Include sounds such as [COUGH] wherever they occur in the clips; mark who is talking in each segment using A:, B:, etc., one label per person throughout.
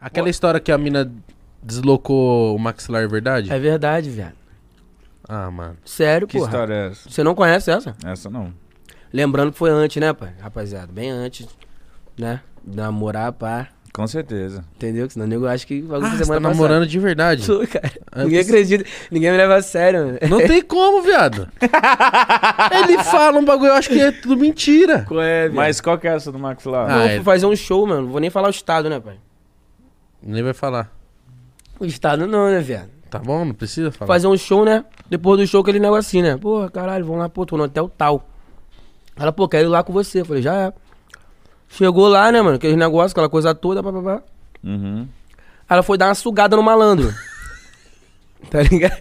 A: Aquela história que a mina deslocou o maxilar é verdade?
B: É verdade, viado.
A: Ah, mano.
B: Sério,
C: Que
B: porra.
C: história é essa?
B: Você não conhece essa?
C: Essa não.
B: Lembrando que foi antes, né, pai? Rapaziada, bem antes, né? Namorar, pá.
C: Com certeza.
B: Entendeu? Que senão o nego acha que vai
A: Ah,
B: semana
A: você tá
B: passada.
A: namorando de verdade.
B: Sou, cara.
A: Ah,
B: ninguém
A: eu-
B: acredita. Ninguém me leva a sério, né? mano. [LAUGHS]
A: Não tem como, viado. Ele fala um bagulho, eu acho que é tudo mentira.
B: Qual é, viado?
C: Mas qual que é essa do Max lá?
A: Ah,
B: Não,
A: é.
B: fui fazer um show, mano. Vou nem falar o estado, né, pai?
A: Nem vai falar.
B: O estado não, né, viado?
A: Tá bom, não precisa falar.
B: fazer um show, né? Depois do show, aquele negocinho, né? Porra, caralho, vamos lá, pô, tô no hotel tal. Ela, pô, quero ir lá com você. Eu falei, já é. Chegou lá, né, mano? Aquele negócio, aquela coisa toda, papapá.
C: Uhum.
B: Ela foi dar uma sugada no malandro. [LAUGHS] tá ligado?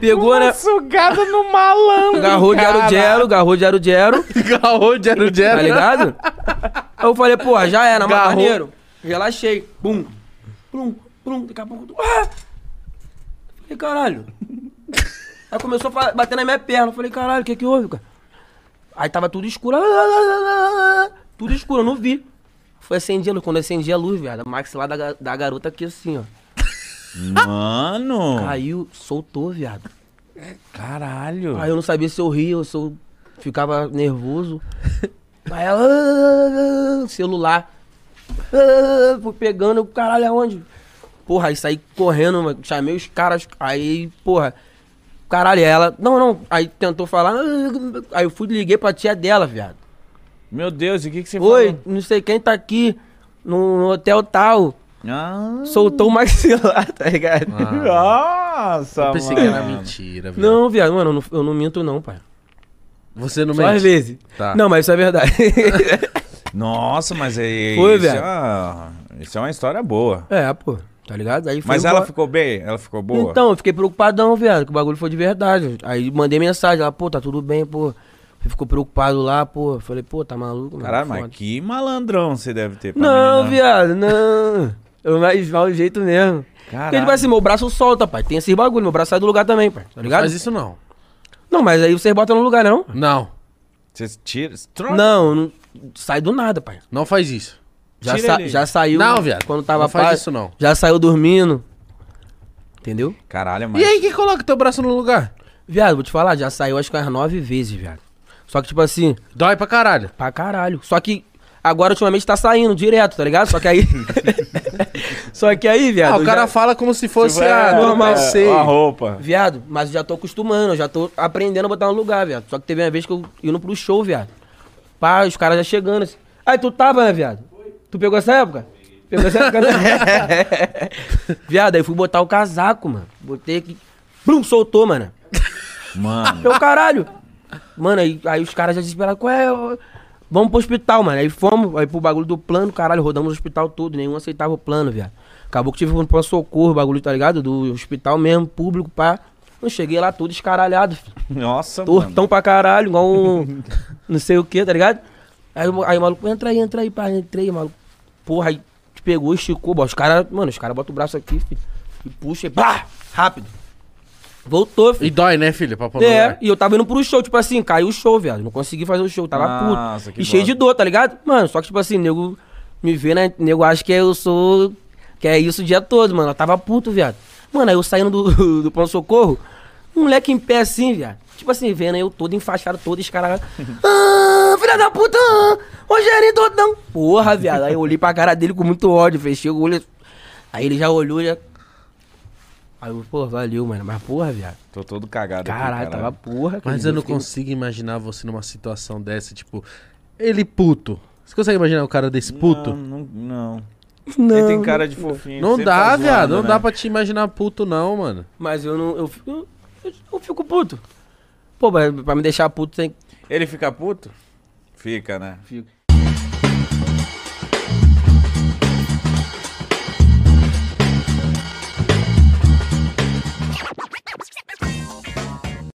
B: Pegou, né?
C: Sugada no malandro.
B: Garrou de aero-gero, garrou de aero-gero.
A: [LAUGHS] Garrou de
B: Tá
A: Aerogel.
B: ligado? Aí eu falei, porra, já era, mas
A: É, né? Garrou.
B: maneiro. Relaxei. Bum. Plum, plum. Daqui a pouco. tu- Ah! Falei, caralho. Aí começou a fa- bater na minha perna. Eu Falei, caralho, o que que houve, cara? Aí tava tudo escuro. Ah, ah, ah, ah, ah. Tudo escuro, eu não vi. Foi acender a luz. Quando eu acendi a luz, viado, a maxilar da, ga- da garota aqui assim, ó.
C: Mano.
B: Caiu, soltou, viado.
C: Caralho.
B: Aí eu não sabia se eu ria ou se eu ficava [LAUGHS] nervoso. Aí ela. Celular. Ah, Fui pegando, eu, caralho, aonde? Porra, aí saí correndo, mano, chamei os caras. Aí, porra. Caralho, ela. Não, não. Aí tentou falar. ah, Aí eu fui liguei pra tia dela, viado.
C: Meu Deus, e o que, que você
B: Oi,
C: falou?
B: não sei quem tá aqui. No no hotel tal.
C: Ah.
B: Soltou o [LAUGHS] maxilar, tá ligado?
C: Nossa,
A: Eu pensei que
C: mano.
A: era mentira, viado.
B: Não, viado, mano, eu não, eu não minto, não, pai.
A: Você não
B: Só às
A: mente.
B: vezes.
A: Tá.
B: Não, mas isso é verdade. [LAUGHS]
C: Nossa, mas é,
B: Foi,
C: isso, é
B: velho.
C: uma, isso é uma história boa.
B: É, pô, tá ligado? Aí foi
C: Mas
B: o
C: ela
B: ba-
C: ficou bem? Ela ficou boa?
B: Então, eu fiquei preocupadão, viado, que o bagulho foi de verdade. Aí mandei mensagem, ela, pô, tá tudo bem, pô. Você ficou preocupado lá, pô. Falei, pô, tá maluco, mano.
C: Caralho,
B: foda.
C: mas que malandrão você deve ter pra
B: Não,
C: menina.
B: viado, não. Eu mais mal jeito mesmo. Porque,
C: Caralho.
B: tipo assim, meu braço solta, pai. Tem esses bagulho, meu braço sai do lugar também, pai. Tá ligado?
A: Mas isso não.
B: Não, mas aí vocês botam no lugar, né, não?
A: Não.
C: Você tira... Troca.
B: Não, não sai do nada, pai.
A: Não faz isso.
B: Já,
C: Tira
B: sa-
C: ele.
B: já saiu.
A: Não, viado,
B: Quando tava
A: não faz
B: pá-
A: isso, não.
B: Já saiu dormindo. Entendeu?
C: Caralho, mas...
A: E aí, quem coloca teu braço no lugar?
B: Viado, vou te falar, já saiu acho que umas nove vezes, viado. Só que, tipo assim,
A: Dói pra caralho.
B: pra caralho. Só que agora ultimamente tá saindo direto, tá ligado?
A: [LAUGHS]
B: Só que aí. Só que aí, viado.
A: Ah, o
B: eu
A: cara
B: já-
A: fala como se
C: Tipo,
A: fosse
C: é,
A: ah, normal.
C: é,
A: sei.
C: A roupa.
B: Viado, mas eu já tô acostumando, eu já tô aprendendo a botar no lugar, viado. Só que teve uma vez que eu indo pro show, viado. Pá, os caras já chegando assim. Aí tu tava, né, viado? Tu pegou essa época? Pegou essa época, né?
A: [LAUGHS]
B: viado, aí fui botar o casaco, mano. Botei aqui. Brum, soltou, mano.
C: Mano.
B: Eu, caralho. Mano, aí, aí os caras já desesperaram. Qual é? ô? Vamos pro hospital, mano. Aí fomos, aí pro bagulho do plano, caralho, rodamos o hospital todo, nenhum aceitava o plano, viado. Acabou que tive um plano socorro, bagulho, tá ligado? Do hospital mesmo, público, pá. Eu cheguei lá todo escaralhado, filho.
C: Tá Nossa, mano.
B: tortão pra caralho, igual um não sei o que, tá ligado? Aí, o- aí o maluco, entra aí, entra aí, pá, entrei, maluco. Porra, aí te pegou, esticou, bó. os caras, mano, os caras botam o braço aqui, filho, e puxa, e pá, rápido. Voltou, filho.
A: E dói, né, filho? Pra pôr no
B: É,
A: lugar.
B: e eu tava indo pro show, tipo assim, caiu o show, viado. Não consegui fazer o show, tava
C: Nossa,
B: puto.
C: que
B: E cheio
C: bosta.
B: de dor, tá ligado? Mano, só que, tipo assim, nego me vê, né? Nego acha que eu sou. Que é isso o dia todo, mano. Eu tava puto, viado. Mano, aí eu saindo do, [LAUGHS] do pronto-socorro, um moleque em pé assim, viado. Tipo assim, vendo eu todo enfaixado, todo
C: [LAUGHS]
B: escaralhado. Ah, filha da puta! Ah, Rogerinho Dodão! Porra, viado. Aí eu olhei pra cara dele com muito ódio, fechei o olho. Aí ele já olhou, já. Aí eu, pô, valeu, mano. Mas porra, viado.
C: Tô todo cagado aqui,
B: Caralho, tava porra. aquele
A: Mas
B: dia
A: eu não
B: fiquei-
A: consigo imaginar você numa situação dessa, tipo, ele puto. Você consegue imaginar o cara desse puto?
C: Não, não, não.
B: Não,
C: Ele tem cara de fofinho.
A: Não,
C: sempre
A: dá,
C: tá zoando,
A: viado. Não
C: né?
A: dá pra te imaginar puto, não, mano.
B: mas eu não. Eu fico, eu, eu fico puto. Pô, mas pra me deixar puto tem.
C: Ele fica puto? Fica, né?
B: Fico.